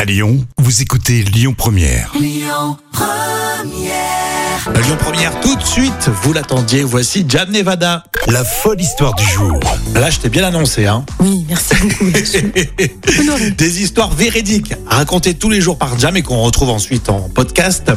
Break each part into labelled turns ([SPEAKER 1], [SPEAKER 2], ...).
[SPEAKER 1] À Lyon, vous écoutez Lyon Première.
[SPEAKER 2] Lyon Première, tout de suite, vous l'attendiez, voici Jam Nevada.
[SPEAKER 1] La folle histoire du jour.
[SPEAKER 2] Là, je t'ai bien annoncé, hein.
[SPEAKER 3] Oui, merci beaucoup. Mathieu. Honoré.
[SPEAKER 2] Des histoires véridiques racontées tous les jours par Jam et qu'on retrouve ensuite en podcast.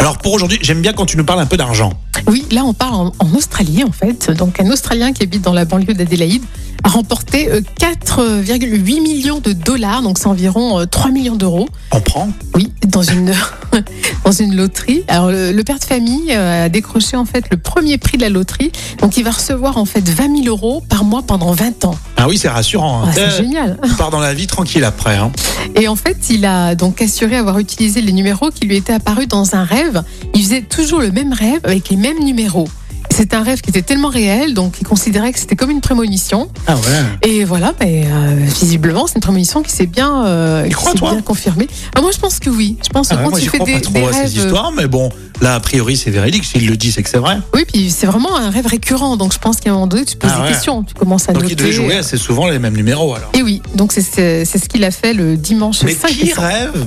[SPEAKER 2] Alors pour aujourd'hui, j'aime bien quand tu nous parles un peu d'argent.
[SPEAKER 3] Oui, là on parle en, en Australie en fait. Donc un Australien qui habite dans la banlieue d'Adélaïde a remporté euh, 4,8 millions de dollars, donc c'est environ euh, 3 millions d'euros.
[SPEAKER 2] On prend
[SPEAKER 3] Oui, dans une dans une loterie. Alors le, le père de famille euh, a décroché en fait le premier prix de la loterie. Donc il va recevoir en fait 20 000 euros par mois pendant 20 ans.
[SPEAKER 2] Ah oui, c'est rassurant. hein.
[SPEAKER 3] Ah, c'est
[SPEAKER 2] Euh,
[SPEAKER 3] génial.
[SPEAKER 2] tu pars dans la vie tranquille après. hein.
[SPEAKER 3] Et en fait, il a donc assuré avoir utilisé les numéros qui lui étaient apparus dans un rêve. Il faisait toujours le même rêve avec les mêmes numéros. C'est un rêve qui était tellement réel, donc il considérait que c'était comme une prémonition.
[SPEAKER 2] Ah ouais.
[SPEAKER 3] Et voilà, mais euh, visiblement, c'est une prémonition qui s'est bien, euh, qui
[SPEAKER 2] crois,
[SPEAKER 3] s'est
[SPEAKER 2] toi
[SPEAKER 3] bien confirmée. Ah, moi, je pense que oui. Je pense que
[SPEAKER 2] Ah ouais,
[SPEAKER 3] quand
[SPEAKER 2] moi,
[SPEAKER 3] tu
[SPEAKER 2] j'y
[SPEAKER 3] fais
[SPEAKER 2] crois
[SPEAKER 3] des,
[SPEAKER 2] pas
[SPEAKER 3] des
[SPEAKER 2] trop à
[SPEAKER 3] rêves, euh,
[SPEAKER 2] ces histoires, mais bon, là, a priori, c'est véridique. S'il le dit, c'est que c'est vrai.
[SPEAKER 3] oui, puis c'est vraiment un rêve récurrent. Donc je pense qu'à un moment donné, tu te poses
[SPEAKER 2] Ah
[SPEAKER 3] des
[SPEAKER 2] ouais.
[SPEAKER 3] questions, tu commences à
[SPEAKER 2] Donc
[SPEAKER 3] noter.
[SPEAKER 2] il devait jouer assez souvent les mêmes numéros alors.
[SPEAKER 3] Et oui, donc c'est c'est- c'est ce qu'il a fait le dimanche
[SPEAKER 2] Mais
[SPEAKER 3] 5
[SPEAKER 2] qui
[SPEAKER 3] décembre.
[SPEAKER 2] rêve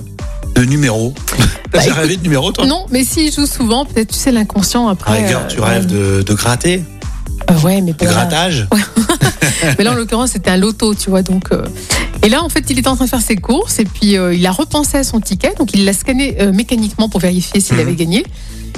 [SPEAKER 2] de numéros T'as
[SPEAKER 3] Bah,
[SPEAKER 2] déjà
[SPEAKER 3] écoute,
[SPEAKER 2] rêvé de numéros, toi
[SPEAKER 3] Non, mais s'il joue souvent, peut-être tu sais l'inconscient
[SPEAKER 2] À
[SPEAKER 3] après.
[SPEAKER 2] la rigueur,
[SPEAKER 3] euh,
[SPEAKER 2] tu rêves de, de gratter,
[SPEAKER 3] Euh, ouais, mais bon,
[SPEAKER 2] de
[SPEAKER 3] là-
[SPEAKER 2] grattage.
[SPEAKER 3] mais là en l'occurrence c'était un loto, tu vois. Donc, euh, et là en fait il était en train de faire ses courses et puis euh, il a repensé à son ticket, donc il l'a scanné euh, mécaniquement pour vérifier s'il
[SPEAKER 2] Mhm.
[SPEAKER 3] avait gagné.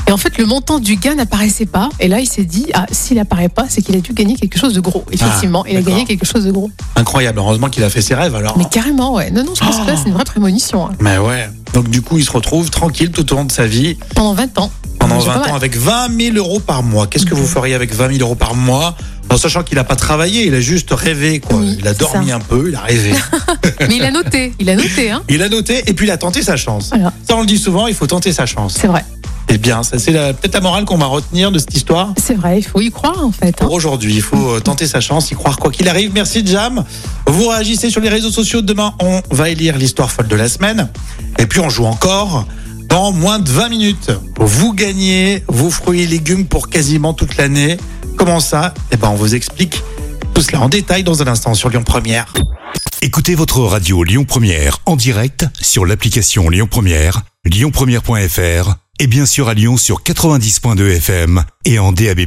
[SPEAKER 3] Et en fait le montant du gain n'apparaissait pas. Et là il s'est dit ah s'il apparaît pas, c'est qu'il a dû gagner quelque chose de gros. Effectivement, il a
[SPEAKER 2] Ah, d'accord.
[SPEAKER 3] gagné quelque chose de gros.
[SPEAKER 2] Incroyable. Heureusement qu'il a fait ses rêves alors.
[SPEAKER 3] Mais carrément ouais. Non non, je pense que là
[SPEAKER 2] Oh.
[SPEAKER 3] c'est une vraie prémonition. hein.
[SPEAKER 2] Mais ouais. Donc du coup, il se retrouve tranquille tout au long de sa vie,
[SPEAKER 3] Pendant 20 ans.
[SPEAKER 2] pendant
[SPEAKER 3] C'est pas
[SPEAKER 2] 20
[SPEAKER 3] mal. Mmh.
[SPEAKER 2] ans, avec 20 000 euros par mois. Qu'est-ce que vous feriez avec 20 000 euros par mois en sachant qu'il n'a pas travaillé, il a juste rêvé, quoi.
[SPEAKER 3] Oui,
[SPEAKER 2] il a
[SPEAKER 3] c'est
[SPEAKER 2] dormi un peu, il a rêvé.
[SPEAKER 3] Mais il a noté, il a noté hein.
[SPEAKER 2] il a noté et puis il a tenté sa chance.
[SPEAKER 3] Voilà.
[SPEAKER 2] Ça, on le dit souvent, il faut tenter sa chance.
[SPEAKER 3] C'est vrai,
[SPEAKER 2] Eh bien, ça, c'est la- peut-être la morale qu'on va retenir de cette histoire.
[SPEAKER 3] c'est vrai, il faut y croire en fait. hein.
[SPEAKER 2] Pour aujourd'hui, il faut euh, tenter sa chance, y croire quoi qu'il arrive. Merci Jam. Vous réagissez sur les réseaux sociaux. Demain, on va élire l'histoire folle de la semaine. Et puis, on joue encore dans moins de 20 minutes. Vous gagnez vos fruits et légumes pour quasiment toute l'année. Comment ça Eh ben, on vous explique tout cela en détail dans un instant sur Lyon Première.
[SPEAKER 1] Écoutez votre radio Lyon Première en direct sur l'application Lyon Première, lyonpremière.fr et bien sûr à Lyon sur 90.2 FM et en DAB+.